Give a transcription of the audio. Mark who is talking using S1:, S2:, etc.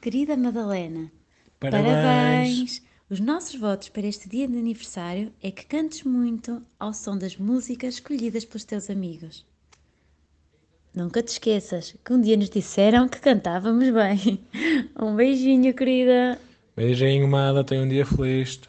S1: Querida Madalena, parabéns! Os nossos votos para este dia de aniversário é que cantes muito ao som das músicas escolhidas pelos teus amigos. Nunca te esqueças que um dia nos disseram que cantávamos bem. Um beijinho, querida!
S2: Beijinho, Mada. Tenha um dia feliz.